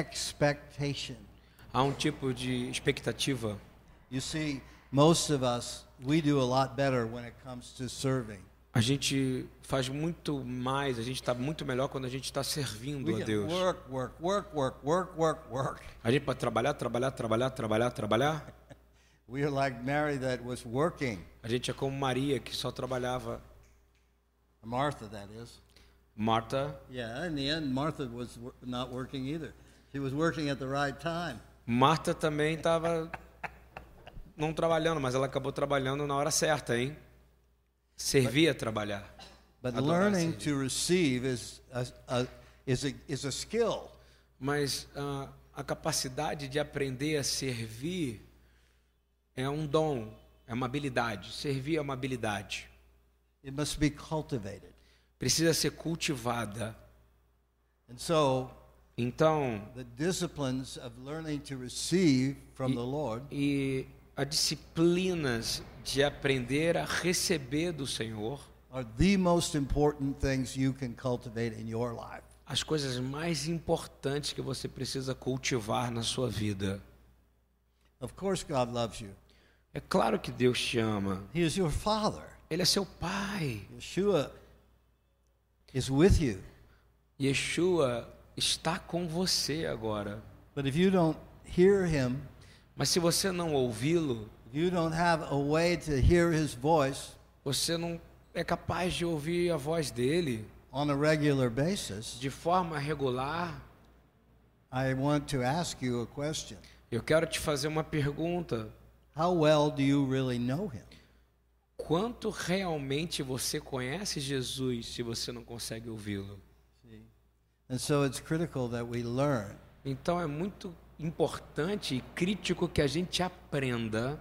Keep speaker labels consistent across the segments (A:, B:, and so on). A: expectation.
B: Há um tipo de expectativa.
A: You see, most of us, we do a lot better when it comes to serving.
B: A gente faz muito mais, a gente está muito melhor quando a gente está
A: We
B: servindo a
A: get
B: Deus.
A: work, work, work, work, work, work, work.
B: A gente pode trabalhar, trabalhar, trabalhar, trabalhar, trabalhar.
A: We are like Mary that was working,
B: A gente é como Maria, que só trabalhava.
A: Martha, that is.
B: Marta,
A: Yeah, in the end, Martha was wor- not working either. She was working at the right time.
B: Marta também estava não trabalhando, mas ela acabou trabalhando na hora certa, hein? Servia a trabalhar.
A: But
B: Adorar
A: learning
B: servir.
A: to receive is a, a, is a, is a skill.
B: Mas ah, a capacidade de aprender a servir é um dom, é uma habilidade. Servir é uma habilidade.
A: It must be cultivated.
B: Precisa ser cultivada.
A: And so
B: Então,
A: the disciplines of learning to receive from
B: Y-
A: the Lord
B: e as disciplinas de aprender a receber do Senhor,
A: are the most important things you can cultivate in your life.
B: as coisas mais importantes que você precisa cultivar na sua vida.
A: Of course, God loves you.
B: É claro que Deus te ama.
A: He is your Father.
B: Ele é seu pai.
A: Yeshua is with you.
B: Yeshua está com você agora.
A: But if you don't hear Him,
B: Mas se você não ouvi-lo,
A: if you don't have a way to hear His voice
B: você não é capaz de ouvir a voz dele
A: on a regular basis,
B: de forma regular.
A: I want to ask you a question.
B: Eu quero te fazer uma pergunta.
A: How well do you really know Him?
B: Quanto realmente você conhece Jesus se você não consegue ouvi-lo?
A: And so it's critical that we learn
B: Então é muito importante e crítico que a gente aprenda.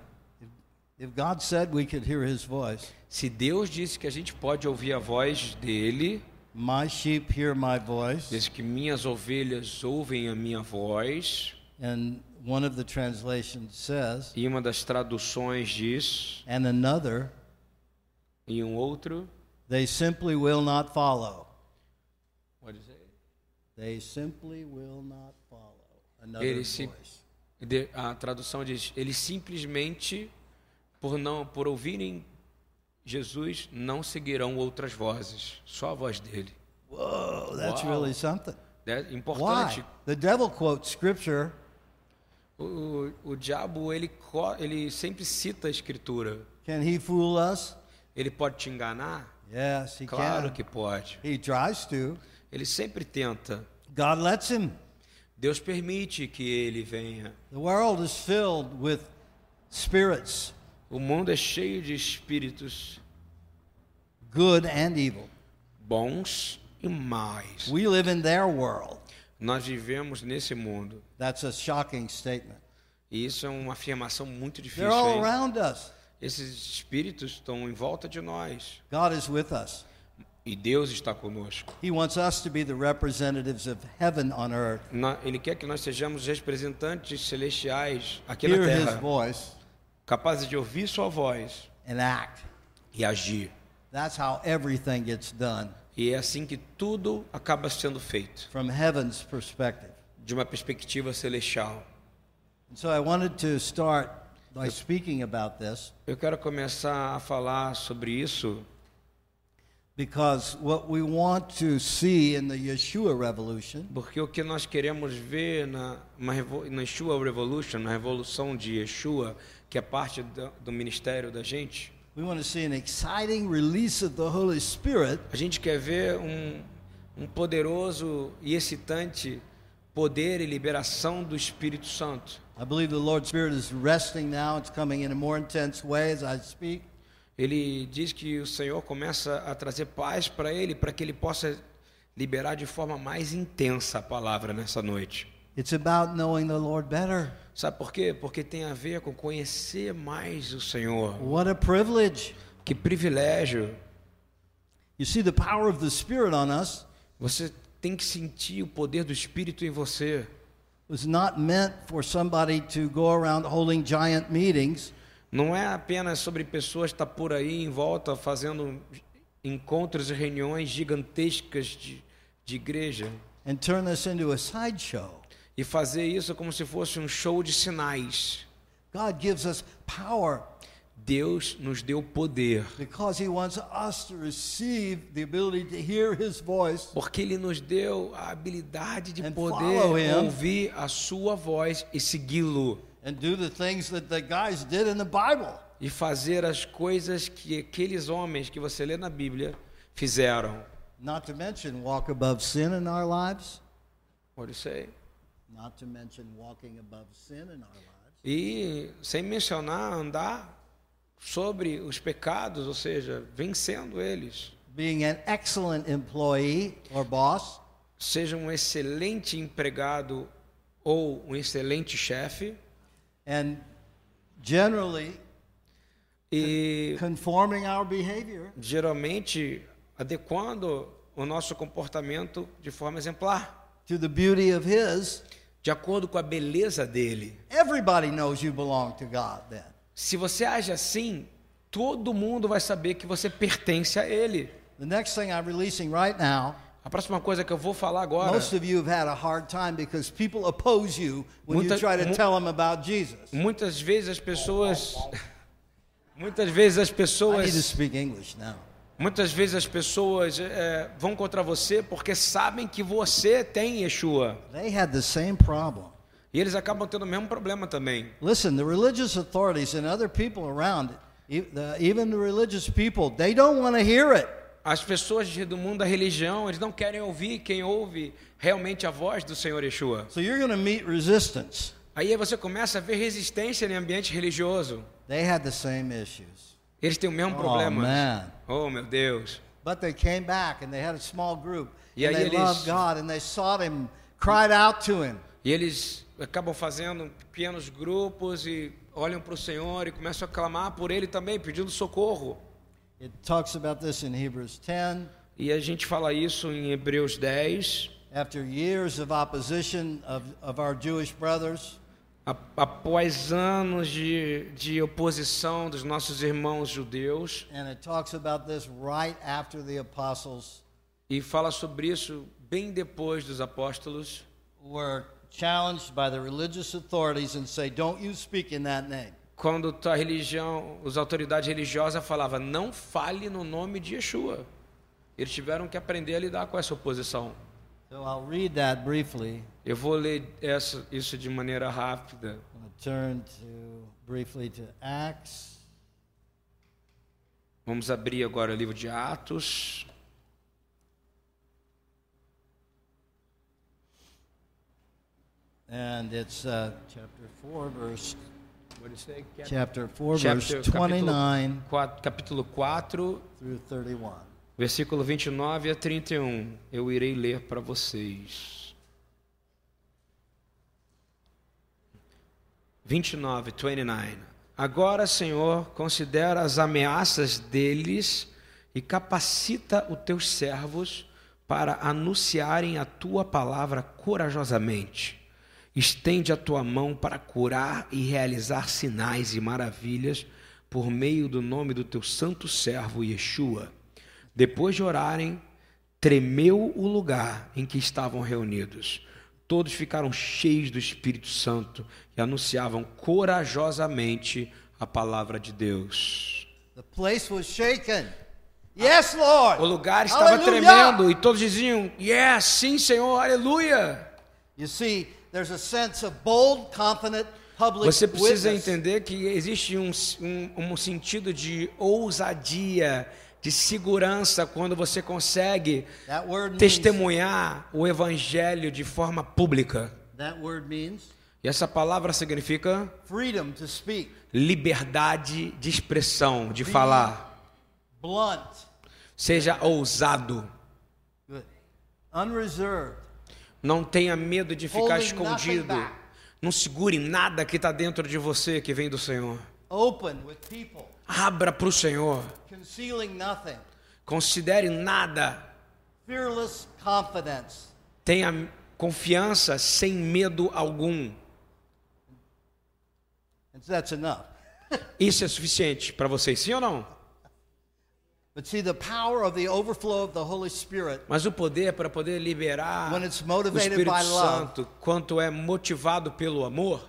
A: If God said we could hear his voice,
B: Se Deus disse que a gente pode ouvir a voz dele,
A: my sheep hear my voice,
B: Diz que minhas ovelhas ouvem a minha voz,
A: and one of the translations says,
B: e uma das traduções diz,
A: and another,
B: e um outro.
A: they simply will not follow.
B: What is it?
A: They simply will not follow another
B: Ele
A: voice.
B: se- De- a tradução diz, eles simplesmente, por não, por ouvirem Jesus, não seguirão outras vozes, só a voz dele.
A: Whoa, that's
B: Wow.
A: really something.
B: É
A: Why?
B: importante.
A: The devil quotes scripture,
B: O, o, o diabo ele co- ele sempre cita a escritura.
A: can he fool us?
B: Ele pode te enganar?
A: Yes, he
B: Claro
A: can.
B: que pode.
A: He tries to.
B: Ele sempre tenta.
A: God lets him.
B: Deus permite que ele venha.
A: The world is filled with spirits,
B: O mundo é cheio de espíritos
A: good and evil.
B: bons e maus.
A: We live in their world.
B: Nós vivemos nesse mundo.
A: That's a shocking statement.
B: E isso é uma afirmação muito difícil.
A: They're all
B: hein?
A: around us.
B: Esses espíritos estão em volta de nós.
A: God is with us.
B: E Deus está conosco.
A: He wants us to be the representatives of heaven on earth.
B: Na- Ele quer que nós sejamos representantes celestiais aqui na
A: Hear his
B: terra,
A: voice
B: capazes de ouvir Sua voz
A: and act.
B: e agir.
A: That's how everything gets done
B: E é assim que tudo acaba sendo feito,
A: from heaven's perspective.
B: de uma perspectiva celestial.
A: And so I wanted to start by speaking about this
B: Eu quero começar a falar sobre isso
A: because what we want to see in the Yeshua revolution
B: Porque o que nós queremos ver na, uma revo- na Yeshua Revolution, na revolução de Yeshua, que é parte da- do ministério da gente,
A: we want to see an exciting release of the Holy Spirit
B: a gente quer ver um, um poderoso e excitante poder e liberação do Espírito Santo.
A: I believe the Lord's Spirit is resting now. It's coming in a more intense way as I speak.
B: Ele diz que o Senhor começa a trazer paz para ele, para que ele possa liberar de forma mais intensa a palavra nessa noite.
A: It's about knowing the Lord better.
B: Sabe por quê? Porque tem a ver com conhecer mais o Senhor.
A: What a privilege.
B: Que privilégio!
A: You see the power of the Spirit on us
B: Você tem que sentir o poder do Espírito em você.
A: was not meant for somebody to go around holding giant meetings
B: Não é apenas sobre pessoas estar por aí em volta fazendo encontros e reuniões gigantescas de, de igreja
A: and turn this into a sideshow.
B: e e fazer isso como se fosse um show de sinais.
A: God gives us power
B: Deus nos deu poder,
A: because He wants us to receive the ability to hear His voice
B: porque Ele nos deu a habilidade de
A: And follow
B: poder
A: him.
B: ouvir a Sua voz e segui-lo,
A: and do the things that the guys did in the Bible.
B: e fazer as coisas que aqueles homens que você lê na Bíblia fizeram.
A: Not to mention walk above sin in our lives.
B: Pode ser.
A: Not to mention walking above sin in our lives.
B: E sem mencionar andar sobre os pecados, ou seja, vencendo eles.
A: Being an excellent employee or boss.
B: Seja um excelente empregado ou um excelente chefe
A: And generally
B: e
A: conforming our behavior
B: geralmente adequando o nosso comportamento de forma exemplar,
A: to the beauty of His.
B: de acordo com a beleza dele.
A: Everybody knows you belong to God then.
B: Se você age assim, todo mundo vai saber que você pertence a ele.
A: The next thing I'm releasing right now,
B: A próxima coisa que eu vou falar agora
A: most of you have had a hard time because people oppose you when you
B: Muita-
A: try to
B: mu-
A: tell them about Jesus.
B: Muitas vezes as pessoas muitas vezes as
A: I need to
B: pessoas
A: speak English now.
B: muitas vezes as pessoas é, vão contra você porque sabem que você tem Yeshua
A: They had the same problem.
B: e eles acabam tendo o mesmo problema também.
A: Listen, the religious authorities and other people around, e- the- even the religious people, they don't want to hear it.
B: As pessoas do mundo da religião, eles não querem ouvir quem ouve realmente a voz do Senhor Yeshua.
A: So you're going to meet resistance.
B: Aí você começa a ver resistência em ambiente religioso.
A: They had the same issues.
B: Eles têm o mesmo
A: Oh,
B: problema.
A: man.
B: Oh, meu Deus.
A: But they came back and they had a small group.
B: E
A: and
B: aí
A: they
B: eles-
A: loved God and they sought Him, cried out to Him.
B: E eles acabam fazendo pequenos grupos e olham para o Senhor e começam a clamar por Ele também, pedindo socorro.
A: It talks about this in Hebrews 10.
B: E a gente fala isso em Hebreus 10,
A: After years of opposition of, of our Jewish brothers,
B: a- após anos de, de oposição dos nossos irmãos judeus,
A: and it talks about this right after the apostles
B: e fala sobre isso bem depois dos apóstolos,
A: were challenged by the religious authorities and say, "Don't you speak in that name."
B: quando a religião, as autoridades religiosas falavam, não fale no nome de Yeshua. Eles tiveram que aprender a lidar com essa oposição.
A: So I'll read that briefly.
B: Eu vou ler essa, isso de maneira rápida.
A: I'm going to turn to briefly to Acts.
B: Vamos abrir agora o livro de Atos.
A: And it's uh, chapter 4, verse, chapter 4,
B: é Chapter,
A: verse 29
B: capítulo, 4, capítulo 4,
A: through 31.
B: versículo 29 a 31. Eu irei ler para vocês. 29, 29. Agora, Senhor, considera as ameaças deles e capacita os teus servos para anunciarem a tua palavra corajosamente. Estende a tua mão para curar e realizar sinais e maravilhas por meio do nome do teu santo servo Yeshua. Depois de orarem, tremeu o lugar em que estavam reunidos. Todos ficaram cheios do Espírito Santo e anunciavam corajosamente a palavra de Deus.
A: The place was shaken. Yes, Lord.
B: O lugar estava
A: Hallelujah!
B: tremendo e todos diziam: Yes, sim, Senhor, aleluia.
A: You see, there's a sense of bold, confident public
B: Você precisa
A: witness.
B: entender que existe um, um, um sentido de ousadia, de segurança, quando você consegue
A: That word means,
B: testemunhar o Evangelho de forma pública.
A: that word means
B: E essa palavra significa
A: freedom to speak,
B: liberdade de expressão, de falar.
A: blunt,
B: Seja ousado.
A: Good. Unreserved.
B: Não tenha medo de ficar
A: Holding
B: escondido.
A: nothing back.
B: Não segure nada que está dentro de você, que vem do Senhor.
A: Open with people.
B: Abra para o Senhor.
A: Concealing nothing.
B: Considere nada.
A: Fearless confidence.
B: Tenha confiança sem medo algum.
A: And so that's enough.
B: Isso é suficiente para vocês, sim ou não?
A: But see, the power of the overflow of the Holy Spirit,
B: Mas o poder para poder liberar
A: When it's
B: o
A: motivated
B: Espírito
A: by love.
B: Santo, quanto é motivado pelo amor,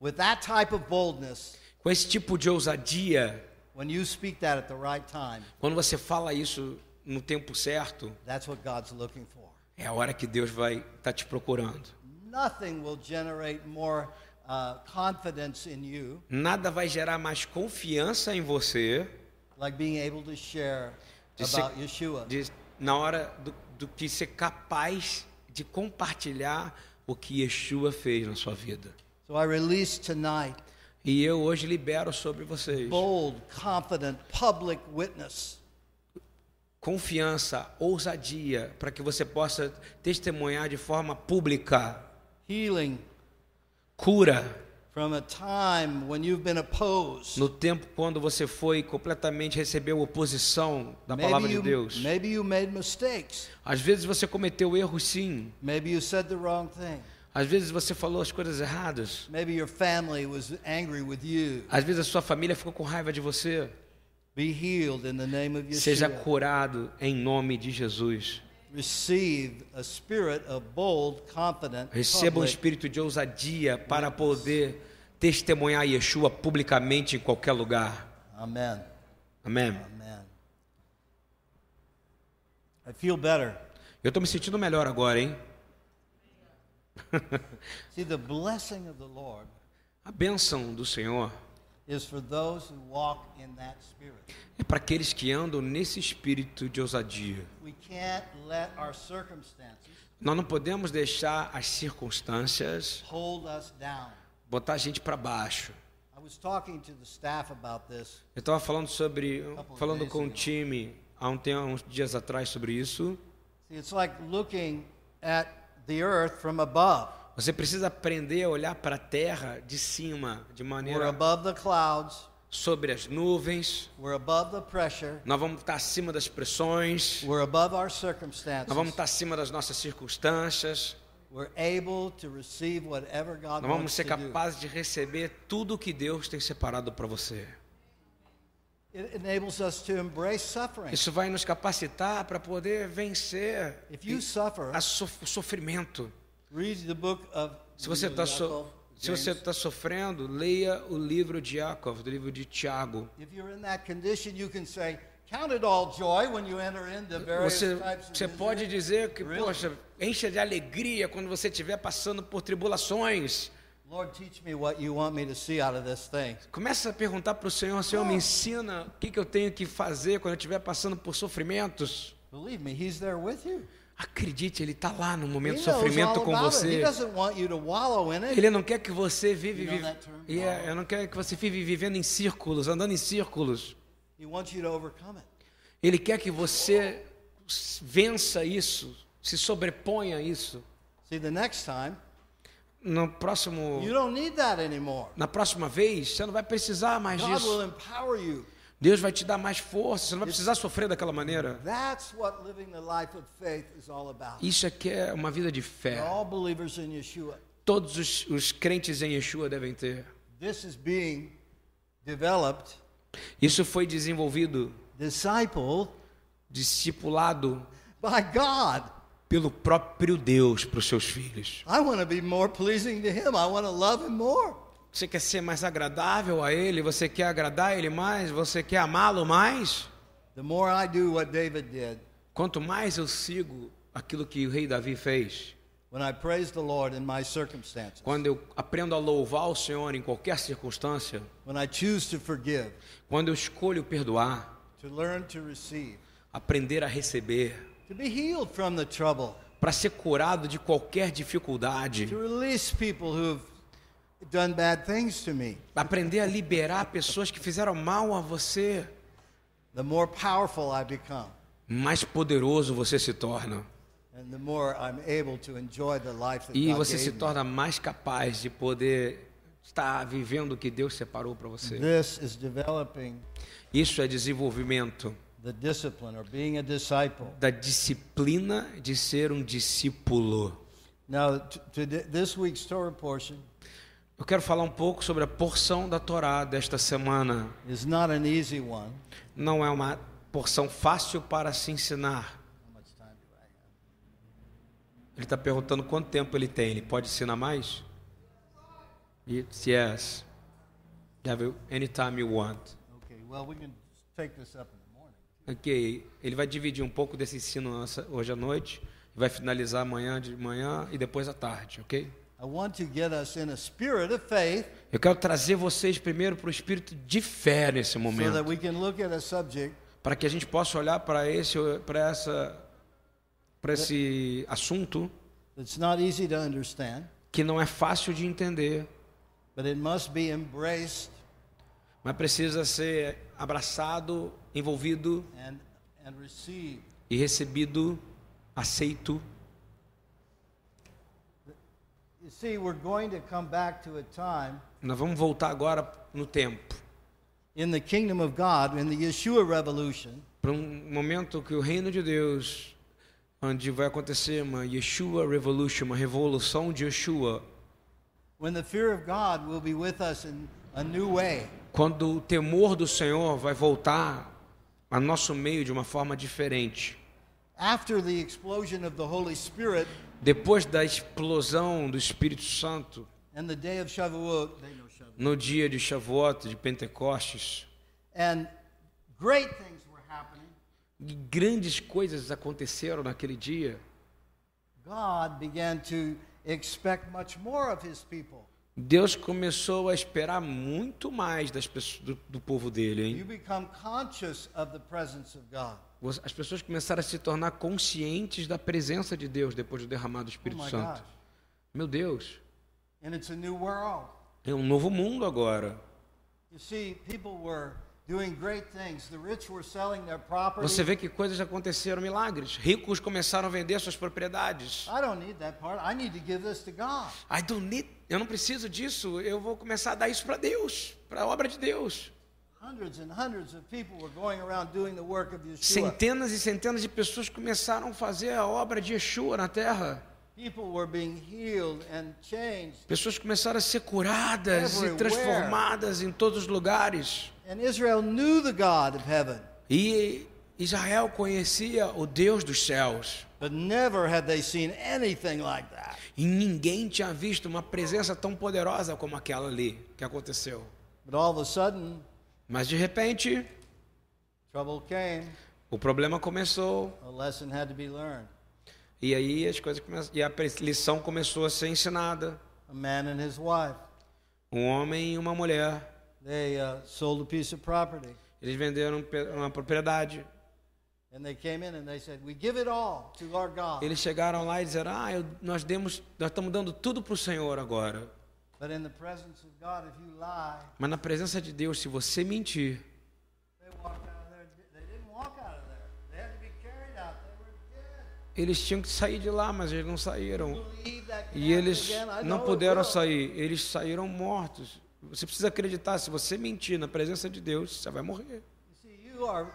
A: with that type of boldness,
B: com esse tipo de ousadia,
A: when you speak that at the right time,
B: quando você fala isso no tempo certo,
A: that's what God's looking for.
B: é a hora que Deus vai estar te procurando.
A: Nothing will generate more uh, confidence in you
B: Nada vai gerar mais confiança em você
A: like being able to share
B: de ser-
A: about Yeshua.
B: de- na hora do, do que ser capaz de compartilhar o que Yeshua fez na sua vida.
A: So I release tonight
B: E eu hoje libero sobre vocês
A: bold, confident, public witness.
B: confiança, ousadia, para que você possa testemunhar de forma pública
A: healing
B: cura
A: from a time when you've been opposed.
B: no tempo quando você foi completamente recebeu oposição da palavra de
A: you,
B: Deus.
A: maybe you made mistakes.
B: Às vezes você cometeu erros, sim.
A: Maybe you said the wrong thing.
B: Às vezes você falou as coisas erradas.
A: Maybe your family was angry with you.
B: Às vezes a sua família ficou com raiva de você.
A: Be healed in the name of
B: Seja
A: Yeshua.
B: curado em nome de Jesus.
A: Receive a spirit of bold, confident,
B: Receba um
A: public
B: espírito de ousadia para poder testemunhar Yeshua publicamente em qualquer lugar.
A: Amen.
B: Amém.
A: Amen. I feel better.
B: Eu estou me sentindo melhor agora, hein?
A: See, the blessing of the Lord
B: A bênção do Senhor
A: is for those who walk in that spirit.
B: é para aqueles que andam nesse espírito de ousadia.
A: We can't let our circumstances
B: Nós não podemos deixar as circunstâncias
A: hold us down.
B: botar a gente para baixo.
A: I was talking to the staff about this,
B: Eu estava falando sobre, falando com o
A: days ago.
B: time há um tempo, uns dias atrás sobre isso.
A: See, it's like looking at the earth from above.
B: Você precisa aprender a olhar para a terra de cima, de
A: We're
B: maneira
A: above the clouds,
B: sobre as nuvens.
A: we're above the pressure,
B: Nós vamos estar acima das pressões.
A: we're above our
B: Nós vamos
A: circumstances.
B: estar acima das nossas circunstâncias.
A: We're able to receive whatever God
B: Nós vamos
A: wants
B: ser
A: to do.
B: capazes de receber tudo o que Deus tem separado para você.
A: It enables us to embrace suffering.
B: Isso vai nos capacitar para poder vencer
A: If you suffer,
B: a sof- o sofrimento.
A: read the book of
B: Se você tá está
A: Jacob, James.
B: tá sofrendo, leia o livro de Jacob, do livro de Tiago.
A: If you're in that condition, you can say, "Count it all joy when you enter into various
B: Você,
A: types of
B: você
A: misery."
B: pode dizer que,
A: Really?
B: poxa, encha de alegria quando você estiver passando por tribulações.
A: Lord, teach me what you want me to see out of this thing.
B: Começa a perguntar para o Senhor, Senhor,
A: Ah.
B: me ensina o que, que eu tenho que fazer quando eu estiver passando por sofrimentos.
A: Believe me, He's there with you.
B: Acredite, Ele está lá no
A: He
B: momento do
A: knows all
B: sofrimento com
A: about it. He
B: você.
A: doesn't want you to wallow in it.
B: Ele não quer que você vive,
A: You know
B: vive-
A: that term?
B: Yeah, eu não quero que você vive vivendo em círculos, andando em círculos.
A: He wants you to overcome it.
B: Ele quer que você s- vença isso, se sobreponha a isso.
A: See, the next time,
B: No próximo,
A: you don't need that anymore.
B: na próxima vez, você não vai precisar mais
A: God will
B: disso.
A: empower you.
B: Deus vai te dar mais força, você não vai precisar sofrer daquela maneira.
A: That's what living the life of faith is all about.
B: Isso aqui é uma vida de fé.
A: All believers in Yeshua.
B: Todos os, os crentes em Yeshua devem ter.
A: This is being developed,
B: Isso foi desenvolvido,
A: discipled
B: discipulado
A: by God.
B: pelo próprio Deus para os seus filhos.
A: I want to be more pleasing to Him. I want to love Him more.
B: Você quer ser mais agradável a Ele? Você quer agradar Ele mais? Você quer amá-lo mais?
A: The more I do what David did,
B: Quanto mais eu sigo aquilo que o rei Davi fez,
A: when I praise the Lord in my circumstances,
B: quando eu aprendo a louvar o Senhor em qualquer circunstância,
A: when I choose to forgive,
B: quando eu escolho perdoar,
A: to learn to receive,
B: aprender a receber,
A: to be healed from the trouble,
B: para ser curado de qualquer
A: to
B: dificuldade,
A: release people who have done bad things to me,
B: aprender a liberar pessoas que fizeram mal a você,
A: the more powerful I become
B: mais poderoso você se torna.
A: and the more I'm able to enjoy the life that
B: E
A: God
B: você
A: gave
B: se
A: me.
B: torna mais capaz de poder estar vivendo o que Deus separou para você.
A: This is developing
B: Isso é desenvolvimento
A: the discipline or being a disciple.
B: da disciplina de ser um discípulo.
A: Now, t- to thi- this week's Torah portion
B: Eu quero falar um pouco sobre a porção da Torá desta semana.
A: is not an easy one.
B: Não é uma porção fácil para se ensinar. Ele está perguntando quanto tempo ele tem. Ele pode ensinar mais? It's yes. Devil, anytime you want.
A: Okay, well, we can take this up in the morning.
B: Ok, ele vai dividir um pouco desse ensino nossa- hoje à noite, vai finalizar amanhã de manhã e depois à tarde, ok?
A: I want to get us in a spirit of faith
B: Eu quero trazer vocês primeiro para o espírito de fé nesse
A: so that
B: momento,
A: we can look at a subject
B: para que a gente possa olhar para esse, para essa, para esse assunto
A: that's not easy to understand,
B: que não é fácil de entender,
A: but it must be embraced
B: mas precisa ser abraçado, envolvido
A: and, and received.
B: e recebido, aceito.
A: You see, we're going to come back to a time
B: Nós vamos voltar agora no tempo,
A: in the kingdom of God, in the Yeshua revolution,
B: para um momento que o reino de Deus, onde vai acontecer uma Yeshua Revolution, uma revolução de Yeshua,
A: when the fear of God will be with us in a new way.
B: quando o temor do Senhor vai voltar a nosso meio de uma forma diferente.
A: After the explosion of the Holy Spirit
B: Depois da explosão do Espírito Santo,
A: and the day of Shavuot,
B: no dia de Shavuot, de Pentecostes,
A: and great things were happening,
B: grandes coisas aconteceram naquele dia.
A: God began to expect much more of his people.
B: Deus começou a esperar muito mais das pessoas, do, do povo dele, hein?
A: You become conscious of the presence of God. Oh
B: Você- As pessoas começaram a se tornar conscientes da presença de Deus depois do derramado do
A: Oh
B: Espírito
A: my
B: Santo.
A: gosh.
B: Meu Deus,
A: And it's a new world.
B: é um novo mundo agora.
A: You see, people were doing great things. The rich were selling their property.
B: Você vê que coisas aconteceram, milagres. Ricos começaram a vender suas propriedades.
A: I don't need that part. I need to give this to God.
B: I don't need, eu não preciso disso, eu vou começar a dar isso para Deus, para a obra de Deus.
A: Hundreds and hundreds of people were going around doing the work of Yeshua.
B: Centenas e centenas de pessoas começaram a fazer a obra de Yeshua na terra.
A: People were being healed and changed.
B: Pessoas começaram a ser curadas e
A: Everywhere.
B: transformadas em todos os lugares.
A: And Israel knew the God of heaven,
B: E Israel conhecia o Deus dos céus.
A: but never had they seen anything like that.
B: E ninguém tinha visto uma presença tão poderosa como aquela ali que aconteceu.
A: But all of a sudden,
B: Mas de repente,
A: trouble came.
B: o problema começou
A: A lesson had to be learned.
B: e aí as coisas começam, e a pre- lição começou a ser ensinada.
A: A man and his wife,
B: Um homem e uma mulher,
A: they uh, sold a piece of property.
B: eles venderam pe- uma propriedade.
A: And they came in and they said, We give it all to our God.
B: Eles chegaram lá e disseram: "Ah, eu- nós demos, nós estamos dando tudo para o Senhor agora."
A: But in the presence of God, if you lie,
B: Mas na presença de Deus, se você mentir,
A: they walked out of there. They didn't walk out of there. They had to be carried out. They
B: eles tinham que sair de lá, mas eles não saíram.
A: were dead. Believe that
B: E eles
A: again, I know
B: não
A: it
B: puderam
A: will.
B: sair, eles saíram mortos. Você precisa acreditar, se você mentir na presença de Deus, você vai
A: You
B: morrer.
A: see, you are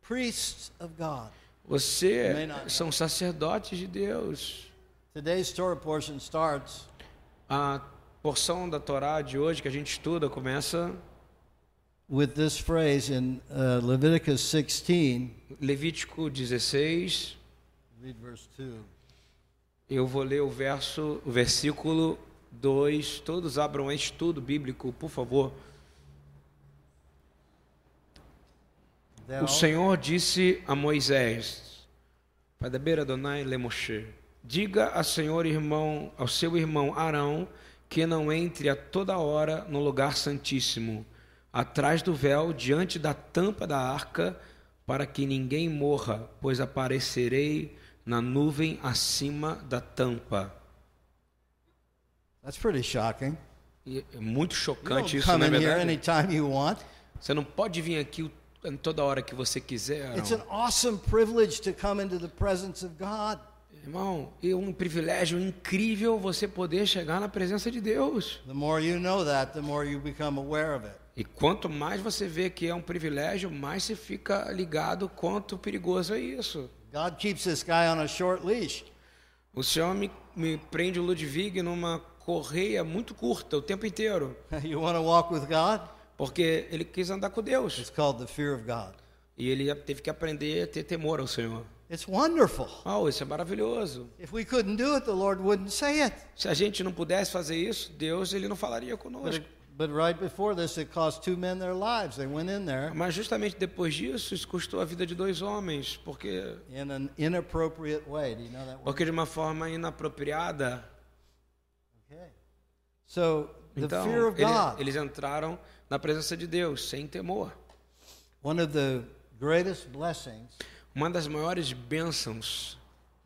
A: priests of God.
B: Você
A: Amém, não.
B: são sacerdotes de Deus.
A: Today's Torah portion starts
B: A porção da Torá de hoje que a gente estuda começa
A: with this phrase in uh, Leviticus 16.
B: Levítico 16.
A: Read verse 2.
B: Eu vou ler o verso, o versículo 2. Todos abram um estudo bíblico, por favor.
A: Then
B: O
A: all-
B: Senhor disse a Moisés: Padabeira Donai Lemoshe, diga a Senhor irmão, ao seu irmão Arão, que não entre a toda hora no lugar santíssimo, atrás do véu, diante da tampa da arca, para que ninguém morra, pois aparecerei na nuvem acima da tampa.
A: That's pretty shocking.
B: E é muito
A: You don't
B: chocante isso,
A: come
B: não é
A: in here
B: verdade?
A: anytime you want.
B: Você não pode vir aqui toda hora que você quiser,
A: It's
B: Arão.
A: an awesome privilege to come into the presence of God.
B: Irmão, é um privilégio incrível você poder chegar na presença de Deus.
A: The more you know that, the more you become aware of it.
B: E quanto mais você vê que é um privilégio, mais você fica ligado quanto perigoso é isso.
A: God keeps this guy on a short leash.
B: O Senhor me, me prende o Ludwig numa correia muito curta o tempo inteiro,
A: you want to walk with God?
B: porque ele quis andar com Deus.
A: It's called the fear of God.
B: E ele teve que aprender a ter temor ao Senhor.
A: It's wonderful.
B: Oh, isso é maravilhoso.
A: If we couldn't do it, the Lord wouldn't say it.
B: Se a gente não pudesse fazer isso, Deus ele não falaria
A: But,
B: conosco.
A: but right before this, it cost two men their lives. They went in there
B: É, Mas justamente depois disso, isso custou a vida de dois homens, porque
A: in an inappropriate way. Do you know that word?
B: porque de uma forma inapropriada.
A: Okay. So the
B: Então,
A: fear of
B: ele-
A: God.
B: eles entraram na presença de Deus sem temor.
A: One of the greatest blessings
B: Uma das maiores bênçãos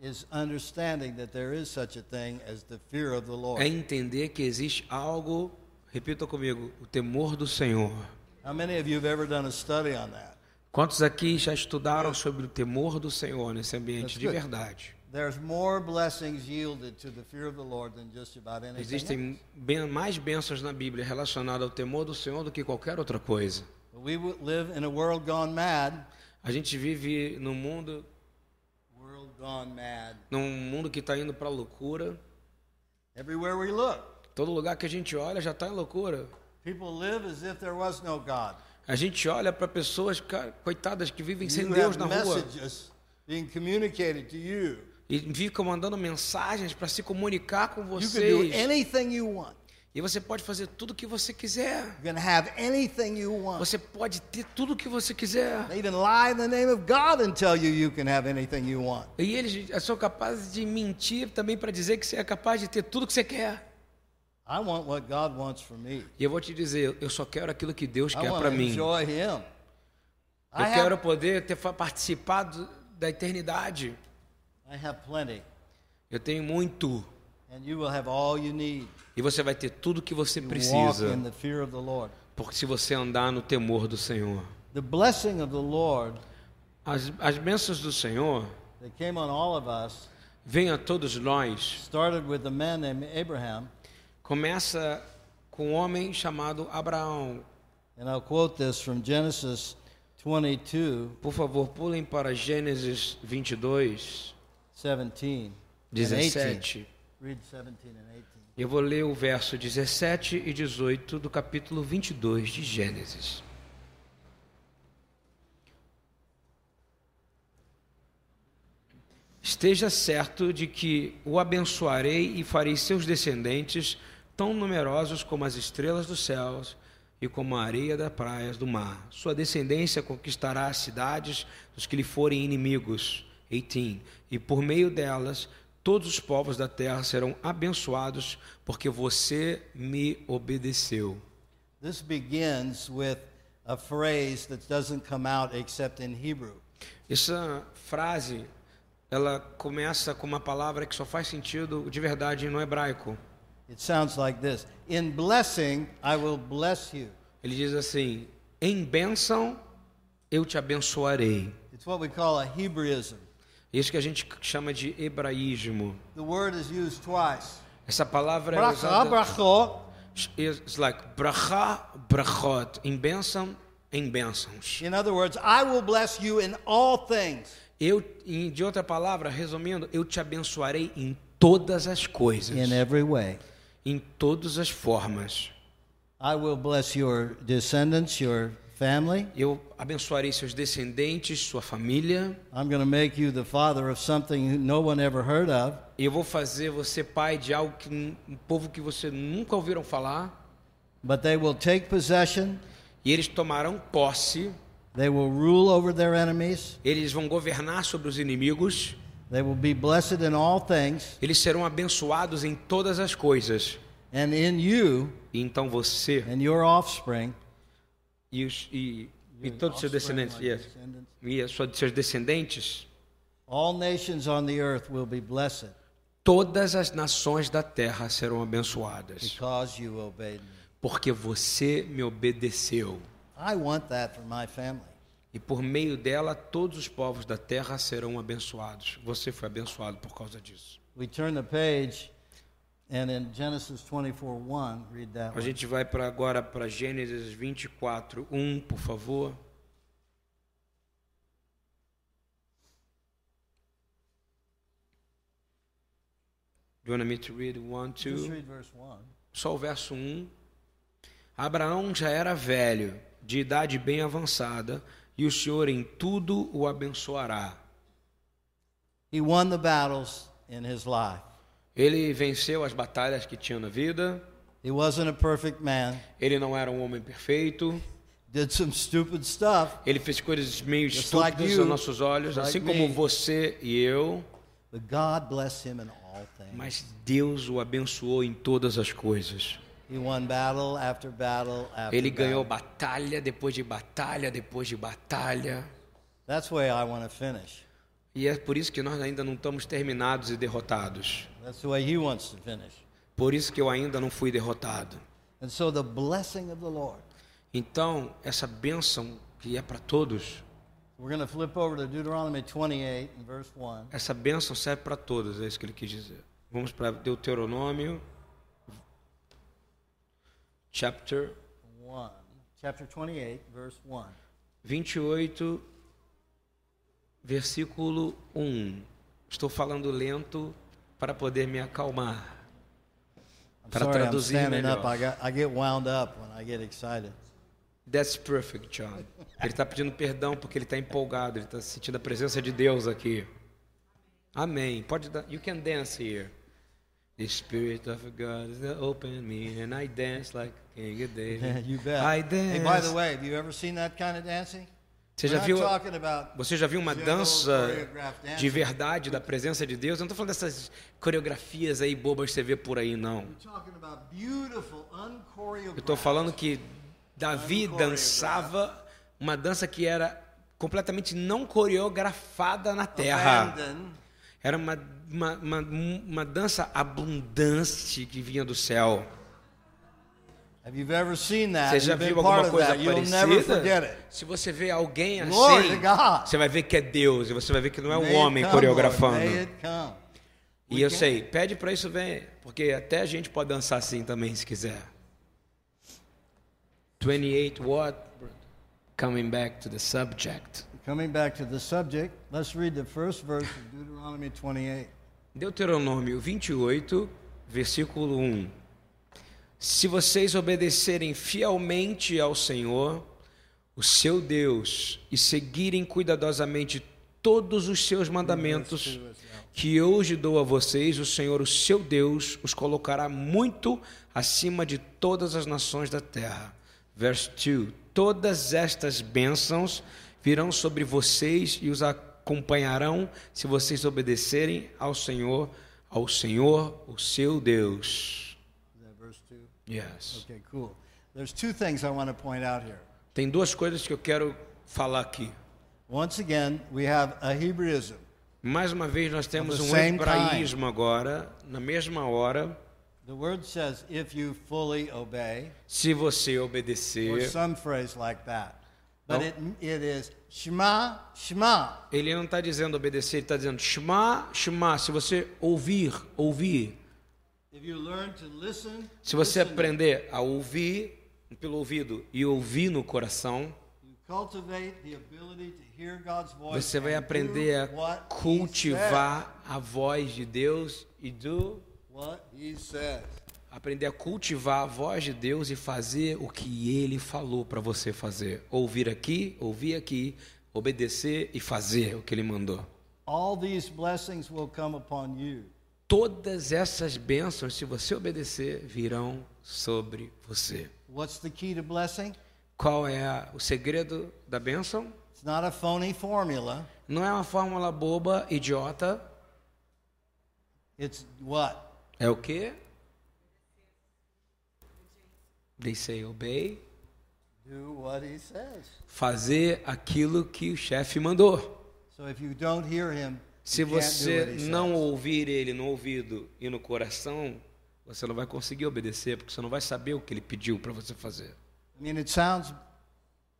A: is understanding that there is such a thing as the fear of the Lord.
B: é entender que existe algo, repita comigo, o temor do Senhor.
A: How many of you have ever done a study on that?
B: Quantos aqui já estudaram sobre o temor do Senhor nesse
A: That's
B: ambiente de
A: good.
B: verdade?
A: There's more blessings yielded to the fear of the Lord than just about anything. else.
B: Existem ben- mais bênçãos na Bíblia relacionadas ao temor do Senhor do que qualquer outra coisa.
A: But we would live in a world gone mad.
B: A gente vive num mundo,
A: World gone mad.
B: num mundo que está indo para loucura.
A: Everywhere we look,
B: Todo lugar que a gente olha já está em loucura.
A: people live as if there was no God.
B: A gente olha para pessoas cara, coitadas que vivem sem
A: You
B: Deus
A: have
B: na rua
A: messages being communicated to you.
B: e ficam mandando mensagens para se comunicar com
A: You can do
B: vocês.
A: anything you want.
B: E você pode fazer tudo o que você quiser.
A: You can have anything you want.
B: Você pode ter tudo o que você quiser.
A: They even lie in the name of God and tell you you can have anything you want.
B: E eles são capazes de mentir também para dizer que você é capaz de ter tudo o que você quer.
A: I want what God wants for me.
B: E eu vou te dizer, eu só quero aquilo que Deus
A: I
B: quer
A: want
B: para
A: to
B: mim. Eu
A: enjoy Him. I
B: quero
A: have,
B: poder ter fa- participado da eternidade.
A: I have plenty,
B: Eu tenho muito.
A: and you will have all you need.
B: E você vai ter tudo que você
A: Walk in
B: precisa.
A: the fear of the Lord.
B: Porque se você andar no temor do Senhor.
A: The blessing of the Lord
B: As, as bênçãos do Senhor
A: that came on all of us
B: vêm a todos nós.
A: started with a man named Abraham,
B: Começa com um homem chamado Abraão.
A: and I'll quote this from Genesis 22:17.
B: Por favor, pulem para Gênesis 22,
A: and 18.
B: 17.
A: Read 17 and 18.
B: Eu vou ler o verso 17 e 18 do capítulo 22 de Gênesis. Esteja certo de que o abençoarei e farei seus descendentes tão numerosos como as estrelas dos céus e como a areia das praias do mar. Sua descendência conquistará as cidades dos que lhe forem inimigos. 18. E por meio delas, todos os povos da terra serão abençoados, porque você me obedeceu.
A: This begins with a phrase that doesn't come out except in Hebrew.
B: Essa frase, ela começa com uma palavra que só faz sentido de verdade no hebraico.
A: It sounds like this In blessing, I will bless you.
B: Ele diz assim: em bênção eu te abençoarei.
A: It's what we call a Hebraism.
B: Isso que a gente chama de hebraísmo.
A: The word is used twice.
B: Essa palavra é
A: Bracha,
B: usada.
A: bracho,
B: It's like brachá, brachot. Em bênção, em bênçãos.
A: In other words, I will bless you in all things.
B: Eu, em- de outra palavra, resumindo, eu te abençoarei em todas as coisas,
A: every way.
B: em todas as formas.
A: I will bless your descendants, your family.
B: Eu abençoarei seus descendentes, sua família.
A: I'm going to make you the father of something no one ever heard of.
B: E eu vou fazer você pai de algo que n- um povo que você nunca ouviram falar.
A: But they will take possession,
B: E eles tomarão posse,
A: they will rule over their enemies.
B: eles vão governar sobre os inimigos,
A: They will be blessed in all things,
B: eles serão abençoados em todas as coisas.
A: and in you
B: E então você
A: and your offspring,
B: e, os, e, e todos os seus descendentes, yes, e a sua, seus descendentes,
A: all nations on the earth will be blessed
B: todas as nações da terra serão abençoadas,
A: because you obeyed me.
B: porque você me obedeceu.
A: I want that for my family.
B: E por meio dela, todos os povos da terra serão abençoados. Você foi abençoado por causa disso.
A: We turn the page, and in Genesis 24 1, read that
B: A
A: one.
B: gente vai para agora para Gênesis 24, 1, por favor. Do you want me to read 1,
A: Just
B: 2?
A: read verse 1.
B: Só o verso 1. Abraão já era velho, de idade bem avançada, e o Senhor em tudo o abençoará.
A: He won the battles in his life.
B: Ele venceu as batalhas que tinha na vida.
A: He wasn't a perfect man,
B: Ele não era um homem perfeito.
A: did some stupid stuff,
B: Ele fez coisas meio
A: Just like
B: estúpidas
A: you,
B: aos nossos olhos,
A: just
B: assim
A: like
B: como
A: me.
B: você e eu.
A: but God blessed him in all things.
B: Mas Deus o abençoou em todas as coisas.
A: He won battle after battle after
B: Ele
A: battle.
B: ganhou batalha depois de batalha depois de batalha.
A: That's the way I want to finish.
B: E é por isso que nós ainda não estamos terminados e derrotados.
A: That's the way he wants to finish.
B: Por isso que eu ainda não fui derrotado.
A: And so the blessing of the Lord.
B: Então, essa bênção que é para todos,
A: We're going to flip over to Deuteronomy 28 and verse 1.
B: essa bênção serve para todos, é isso que ele quis dizer. Vamos para Deuteronômio, chapter
A: 1. Chapter 28, verse 1.
B: 28, versículo 1. Estou falando lento para poder me acalmar.
A: I'm
B: Para
A: sorry, I'm
B: traduzir
A: standing
B: melhor.
A: up. I, got, I get wound up when I get excited.
B: That's perfect, John. Ele está pedindo perdão porque ele está empolgado, ele está sentindo a presença de Deus aqui. Amém. Pode dar. You can dance here. The Spirit of God is open me and I dance like King David.
A: you bet.
B: I dance.
A: Hey, by the way, have you ever seen that kind of dancing?
B: Você
A: We're
B: já
A: not
B: viu?
A: talking about
B: Você já viu uma
A: General
B: dança
A: um choreographed dancing.
B: de verdade da presença de Deus? Eu não estou falando dessas coreografias aí bobas que você vê por aí, não.
A: we're talking about beautiful
B: Eu estou
A: unchoreographed.
B: falando que Davi dançava uma dança que era completamente não coreografada
A: Tá
B: na terra.
A: abandon
B: Era uma, uma, uma, uma dança abundante que vinha do céu.
A: Have you ever seen that?
B: Você já
A: You've been
B: viu
A: part
B: alguma
A: of
B: coisa
A: that. You'll never forget
B: parecida?
A: it.
B: Se você vê alguém assim,
A: Glory to God.
B: você vai ver que é Deus e você vai ver que não é
A: May
B: um
A: it
B: homem
A: come, Lord, may
B: coreografando.
A: it come.
B: E eu sei, pede para isso vem, porque até a gente pode dançar assim também se quiser. 28 what? Coming back to the subject.
A: Coming back to the subject, let's read the first verse of Deuteronomy 28.
B: Deuteronômio 28, versículo 1. Se vocês obedecerem fielmente ao Senhor, o seu Deus, e seguirem cuidadosamente todos os seus mandamentos que hoje dou a vocês, o Senhor, o seu Deus, os colocará muito acima de todas as nações da terra. Verso 2: Todas estas bênçãos virão sobre vocês e os acompanharão se vocês obedecerem ao Senhor, ao Senhor, o seu Deus.
A: Is that verse 2?
B: Yes.
A: Okay, cool. There's two things I want to point out here.
B: Tem duas coisas que eu quero falar aqui.
A: Once again, we have a Hebraism.
B: Mais uma vez, nós temos
A: the
B: um
A: same
B: hebraísmo agora, na mesma hora,
A: The word says, if you fully obey,
B: se você
A: or
B: obedecer.
A: some phrase like that. But it, it is Shema, Shema.
B: Ele não está dizendo obedecer, ele está dizendo Shema, Shema. Se você ouvir, ouvir.
A: If you learn to listen,
B: Se você
A: listen.
B: aprender a ouvir pelo ouvido e ouvir no coração,
A: you cultivate the ability to hear God's voice.
B: você vai
A: and do
B: aprender a
A: what he
B: cultivar a voz de Deus e do
A: says. What he says.
B: aprender a cultivar a voz de Deus e fazer o que ele falou para você fazer. Ouvir aqui, ouvir aqui, obedecer e fazer o que ele mandou.
A: All these blessings will come upon you.
B: Todas essas bênçãos, se você obedecer, virão sobre você.
A: What's the key to blessing?
B: Qual é a- o segredo da bênção?
A: It's not a phony formula.
B: Não é uma fórmula boba, idiota.
A: It's what?
B: É o quê? They say obey.
A: Do what he says.
B: Fazer aquilo que o chefe mandou.
A: So if you don't hear him,
B: Se
A: you can't do
B: você
A: what he
B: não
A: says.
B: ouvir ele no ouvido e no coração, você não vai conseguir obedecer, porque você não vai saber o que ele pediu para você fazer.
A: I mean, it sounds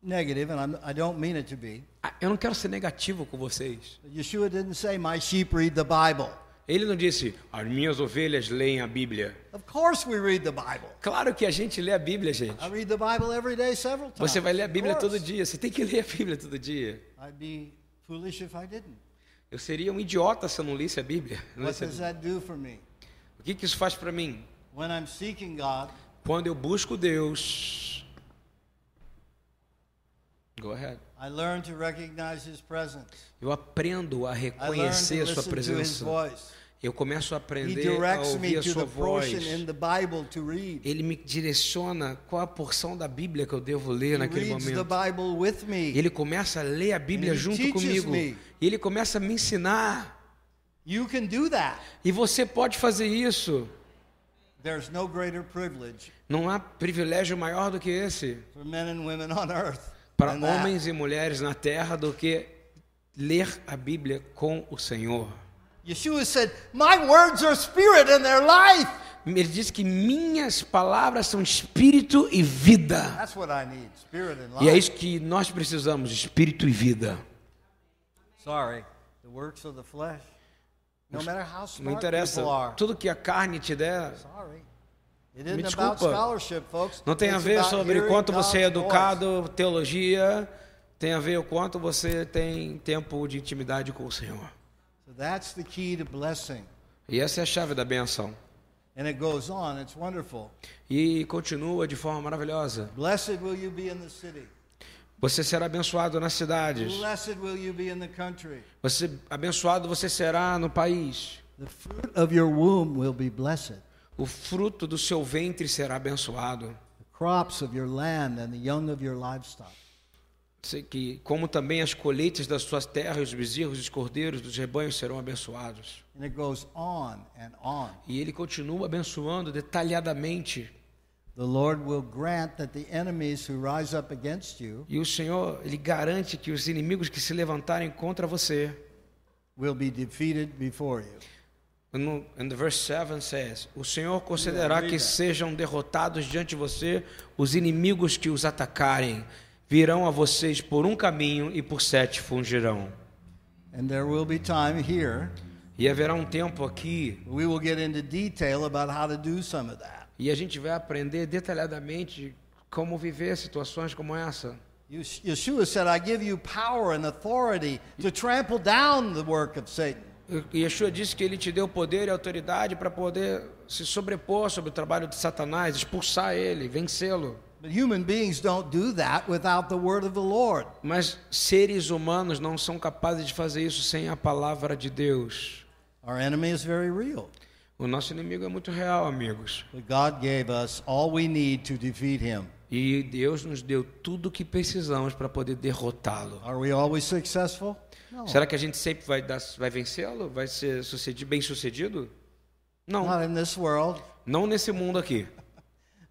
A: negative, and I'm, I don't mean it to be.
B: Ah, Eu não quero ser negativo com vocês.
A: But Yeshua didn't say, "My sheep read the Bible."
B: Ele não disse, as minhas ovelhas leem a Bíblia.
A: Of course, we read the Bible.
B: Claro que a gente lê a Bíblia, gente.
A: I read the Bible every day, several times.
B: Você vai ler a
A: Ah, tá. Of
B: Bíblia todo
A: course.
B: dia, você tem que ler a Bíblia todo dia.
A: I'd be foolish if I didn't.
B: Eu seria um idiota se eu não lesse a Bíblia. Não
A: What
B: lesse a
A: does
B: Bíblia.
A: that do for me?
B: O que, que isso faz para mim?
A: When I'm seeking God,
B: Quando eu busco Deus, Go ahead.
A: I learn to recognize his presence.
B: Eu aprendo a
A: I learn to
B: reconhecer
A: listen
B: sua
A: to his
B: presença.
A: voice.
B: Eu começo a
A: He
B: aprender a
A: directs me
B: ouvir a
A: to
B: sua
A: the
B: voz.
A: portion in the Bible to read.
B: Ele me direciona qual a porção da Bíblia que eu devo ler
A: He
B: naquele
A: reads the
B: momento.
A: Bible with
B: E
A: me.
B: ele começa a ler a Bíblia
A: And he
B: junto
A: teaches
B: comigo.
A: me.
B: E ele começa a me ensinar.
A: You can do that.
B: E você pode fazer isso.
A: There's no greater privilege
B: Não há privilégio maior do que esse
A: for men and women on earth
B: para
A: than that.
B: homens e mulheres na terra do que ler a Bíblia com o Senhor.
A: Yeshua said, My words are spirit and they're life.
B: Ele diz que minhas palavras são espírito e vida.
A: That's what I need spirit and life.
B: E é isso que nós precisamos, espírito e vida.
A: Sorry, the works of the flesh. No matter how
B: Não
A: smart
B: interessa
A: people are.
B: tudo que a carne te der.
A: Sorry. It isn't
B: Me
A: about
B: desculpa.
A: scholarship, folks.
B: Não tem a
A: It's
B: ver
A: about
B: sobre
A: hearing
B: quanto você é
A: God's voice.
B: educado, teologia, tem a ver o quanto você tem tempo de intimidade com o Senhor.
A: So that's the key to blessing.
B: E essa é a chave da benção.
A: And it goes on. It's wonderful.
B: E continua de forma maravilhosa.
A: Blessed will you be in the city.
B: Você será abençoado nas cidades.
A: Blessed will you be in the country.
B: Você abençoado você será no país.
A: The fruit of your womb will be blessed.
B: O fruto do seu ventre será abençoado.
A: The crops of your land and the young of your livestock.
B: Sei que como também as colheitas das suas terras, os bezerros, os cordeiros, dos rebanhos serão abençoados.
A: And it goes on and on.
B: E ele continua abençoando detalhadamente.
A: The Lord will grant that the enemies who rise up against you
B: E o Senhor, ele garante que os inimigos que se levantarem contra você.
A: will be defeated before you.
B: No, in the verse 7 says, o Senhor concederá que sejam derrotados diante de você os inimigos que os atacarem. Virão a vocês por um caminho e por sete fungirão.
A: And there will be time here
B: E haverá um tempo aqui
A: we will get into detail about how to do some of that.
B: e a gente vai aprender detalhadamente como viver situações como essa.
A: Yes- Yeshua said, I give you power and authority to trample down the work of Satan.
B: E Yeshua disse que ele te deu poder e autoridade para poder se sobrepor sobre o trabalho de Satanás, expulsar ele, vencê-lo.
A: But human beings don't do that without the word of the Lord.
B: Mas seres humanos não são capazes de fazer isso sem a palavra de Deus.
A: Our enemy is very real.
B: O nosso inimigo é muito real, amigos.
A: But God gave us all we need to defeat him.
B: E Deus nos deu tudo o que precisamos para poder derrotá-lo.
A: Are we always successful? No.
B: Será que a gente sempre vai, dar- vai vencê-lo? Vai ser sucedido, bem sucedido? Não,
A: Not in this world.
B: não nesse mundo aqui.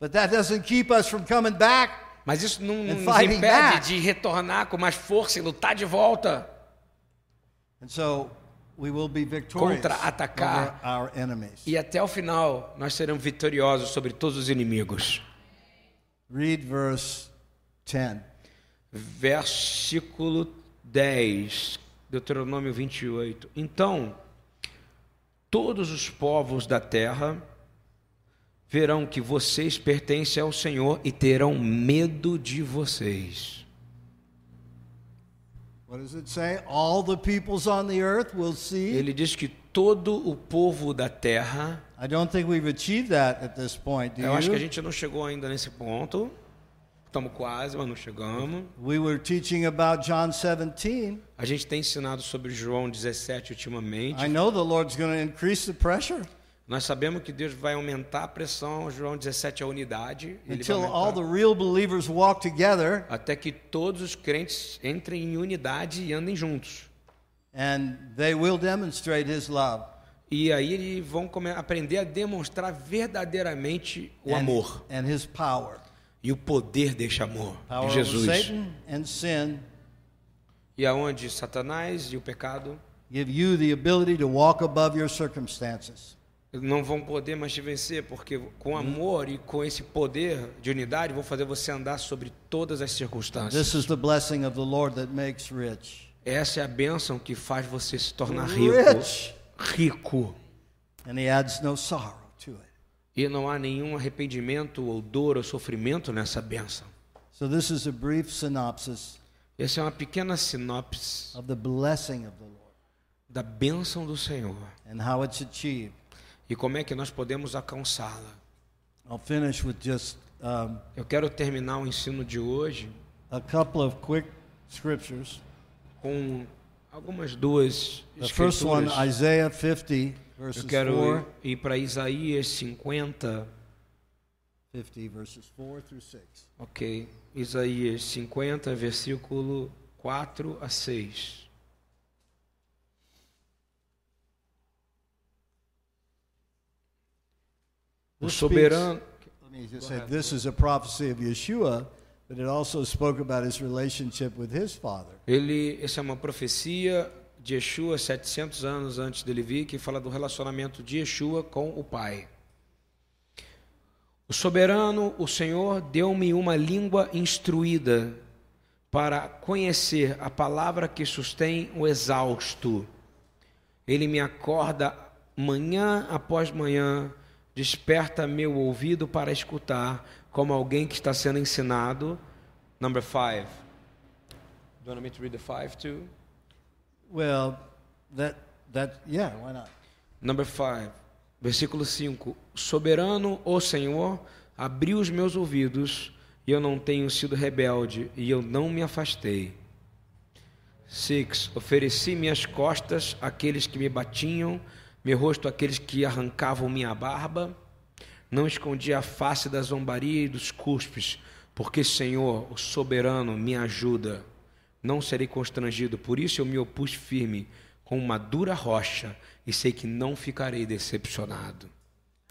A: But that doesn't keep us from coming back.
B: Mas isso não
A: And
B: nos
A: fighting back.
B: impede de retornar com mais força e lutar de volta
A: And so we will be victorious
B: Contra-atacar.
A: over our enemies.
B: e até o final nós seremos vitoriosos sobre todos os inimigos.
A: Read verse 10.
B: Versículo 10, Deuteronômio 28. Então, todos os povos da terra verão que vocês pertencem ao Senhor e terão medo de vocês.
A: What does it say? All the peoples on the earth will see.
B: Ele diz que todo o povo da terra,
A: I don't think we've achieved that at this point, do
B: eu acho que
A: you?
B: a gente não chegou ainda nesse ponto. Estamos quase, mas não chegamos.
A: We were teaching about John 17.
B: A gente tem ensinado sobre João 17 ultimamente.
A: I know the Lord's going to increase the pressure
B: Nós sabemos que Deus vai aumentar a pressão, João 17 é a unidade. Ele vai
A: until all
B: aumentar
A: the real believers walk together
B: até que todos os crentes entrem em unidade e andem juntos.
A: and they will demonstrate his love.
B: E aí eles vão come- aprender a demonstrar verdadeiramente o
A: and-
B: amor
A: and his power.
B: e o poder deste amor
A: Power
B: de
A: over
B: Jesus.
A: Satan and sin
B: E aonde Satanás e o pecado
A: give you the ability to walk above your circumstances.
B: não vão poder mais te vencer, porque
A: Hum.
B: com amor e com esse poder de unidade vão fazer você andar sobre todas as circunstâncias.
A: This is the blessing of the Lord that makes rich.
B: Essa é a bênção que faz você se tornar rico.
A: Rich.
B: Rico.
A: And he adds no sorrow to it.
B: E não há nenhum arrependimento ou dor ou sofrimento nessa bênção.
A: So, this is a brief synopsis
B: Essa é uma pequena sinopse
A: of the blessing of the Lord
B: da bênção do Senhor
A: and how it's achieved.
B: e como é que nós podemos alcançá-la.
A: I'll finish with just um,
B: Eu quero terminar o ensino de hoje
A: a couple of quick scriptures.
B: com algumas duas
A: The first one,
B: escrituras.
A: Isaiah 50, verses
B: Eu quero
A: 4,
B: ir, ir para Isaías 50,
A: 50 verses 4 through 6.
B: ok. Isaías 50, versículo 4 a 6. O
A: This
B: soberano.
A: Let me just say, this is a prophecy of Yeshua, but it also spoke about his relationship with his father.
B: Ele, essa é uma profecia de Yeshua 700 anos antes dele vir, que fala do relacionamento de Yeshua com o Pai. O soberano, o Senhor, deu-me uma língua instruída para conhecer a palavra que sustém o exausto. Ele me acorda manhã após manhã, desperta meu ouvido para escutar, como alguém que está sendo ensinado. Number five. Do you want me to read the five too?
A: Well, that, that, yeah, why not?
B: Number five, versículo 5. Soberano, o Senhor, abriu os meus ouvidos, e eu não tenho sido rebelde, e eu não me afastei. 6. Ofereci minhas costas àqueles que me batiam, meu rosto àqueles que arrancavam minha barba. Não escondi a face da zombaria e dos cuspes, porque, Senhor, o soberano, me ajuda. Não serei constrangido, por isso eu me opus firme com uma dura rocha e sei que não ficarei decepcionado.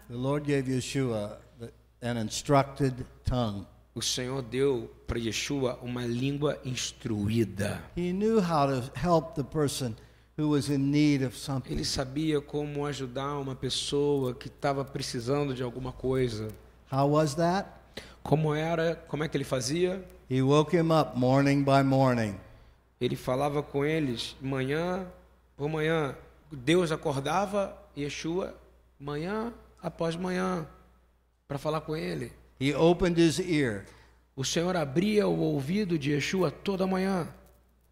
A: The Lord gave Yeshua the- an instructed tongue.
B: O Senhor deu para Yeshua uma língua instruída.
A: He knew how to help the person who was in need of something.
B: Ele sabia como ajudar uma pessoa que estava precisando de alguma coisa.
A: How was that?
B: Como era, como é que ele fazia?
A: He woke him up morning by morning.
B: Ele falava com eles manhã por manhã. Deus acordava Yeshua manhã após manhã para falar com ele.
A: He opened his ear
B: O Senhor abria o ouvido de Yeshua toda manhã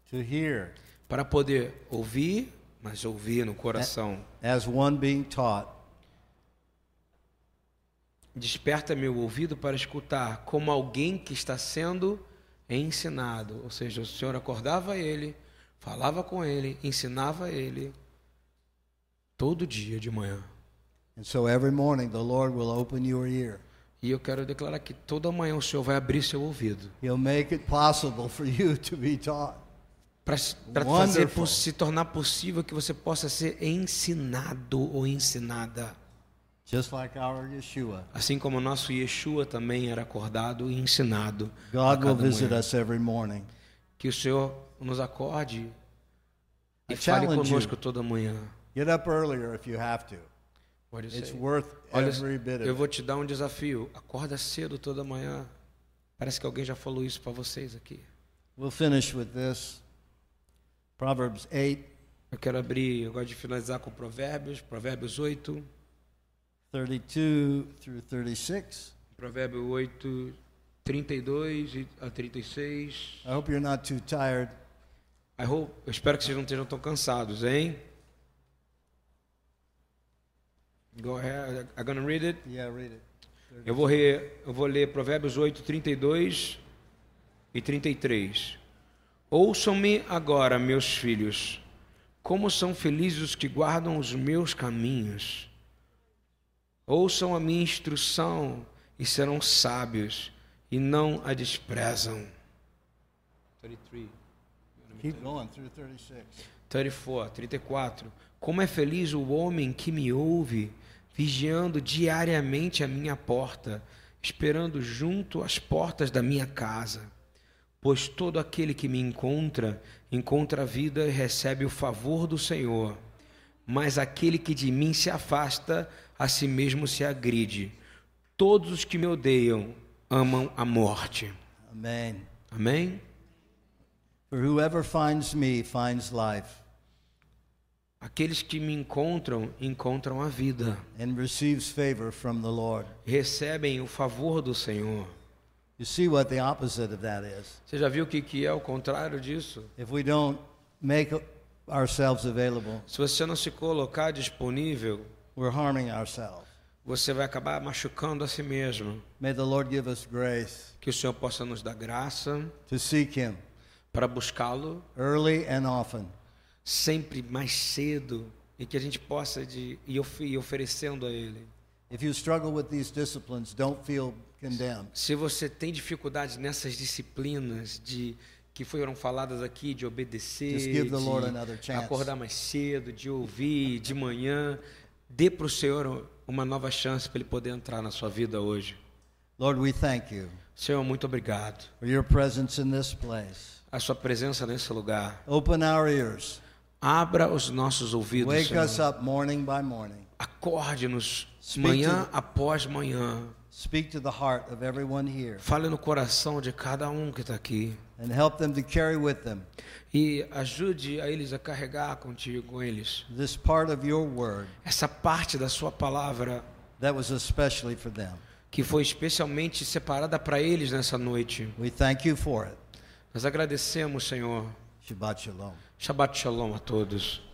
A: to hear
B: para poder ouvir, mas ouvir no coração.
A: as one being taught.
B: Desperta meu ouvido para escutar como alguém que está sendo ensinado. Ou seja, o Senhor acordava ele, falava com ele, ensinava ele todo dia de manhã.
A: And so every morning the Lord will open your ear.
B: E eu quero declarar que toda manhã o Senhor vai abrir seu ouvido
A: He'll make it possible for you to be taught.
B: para fazer
A: Wonderful.
B: po- se tornar possível que você possa ser ensinado ou ensinada.
A: Just like our Yeshua.
B: Assim como o nosso Yeshua também era acordado e ensinado.
A: God
B: a
A: will
B: cada manhã.
A: visit us every morning.
B: Que o Senhor nos acorde e
A: I
B: fale
A: challenge
B: conosco toda manhã.
A: Get up earlier if you have to.
B: Pode
A: It's
B: ser.
A: worth
B: Olha,
A: every bit
B: eu
A: of it.
B: vou te dar um desafio. Acorda cedo toda manhã. Parece que alguém já falou isso para vocês aqui.
A: We'll finish with this. Proverbs 8,
B: Eu quero abrir, eu gosto de finalizar com Provérbios, Provérbios 8.
A: 32 through 36.
B: Provérbio 8, 32 e- a 36.
A: I hope you're not too tired.
B: I hope, eu espero que vocês não estejam tão cansados, hein? Go ahead, I'm gonna read it.
A: Yeah, read it.
B: Eu vou, re, eu vou ler Provérbios 8, 32 e 33. Ouçam-me agora, meus filhos, como são felizes os que guardam os meus caminhos. Ouçam a minha instrução e serão sábios, e não a desprezam. 33.
A: Keep going through 36.
B: 34, 34. Como é feliz o homem que me ouve, vigiando diariamente a minha porta, esperando junto às portas da minha casa. Pois todo aquele que me encontra, encontra a vida e recebe o favor do Senhor. Mas aquele que de mim se afasta, a si mesmo se agride. Todos os que me odeiam amam a morte.
A: Amen.
B: Amém?
A: For whoever finds me finds life
B: Aqueles que me encontram, encontram a vida.
A: and receives favor from the Lord.
B: recebem o favor do Senhor.
A: You see what the opposite of that is.
B: Você já viu o que, que é o contrário disso?
A: If we don't make ourselves available,
B: Se você não se colocar disponível,
A: we're harming ourselves.
B: você vai acabar machucando a si mesmo.
A: May the Lord give us grace
B: Que o Senhor possa nos dar graça
A: to seek Him
B: para buscá-lo
A: early and often.
B: sempre mais cedo e que a gente possa de, ir, of- ir oferecendo a Ele.
A: If you struggle with these disciplines, don't feel condemned.
B: Se você tem dificuldade nessas disciplinas de que foram faladas aqui de obedecer,
A: Just give the Lord another
B: de
A: chance.
B: acordar mais cedo, de ouvir de manhã, dê para o Senhor uma nova chance para Ele poder entrar na sua vida hoje.
A: Lord, we thank you
B: Senhor, muito obrigado.
A: for your presence in this place.
B: A sua presença nesse lugar.
A: Open our ears.
B: Abra os nossos ouvidos,
A: Wake
B: Senhor.
A: us up morning by morning.
B: Acorde-nos
A: Speak
B: manhã após manhã.
A: Speak to the heart of everyone here
B: Fale no coração de cada um que está aqui.
A: and help them to carry with them
B: E ajude a eles a carregar contigo, com eles.
A: this part of your word
B: Essa parte da sua palavra
A: that was especially for them.
B: que foi especialmente separada para eles nessa noite.
A: We thank you for it.
B: Nós agradecemos, Senhor.
A: Shabbat Shalom.
B: Shabbat Shalom a todos.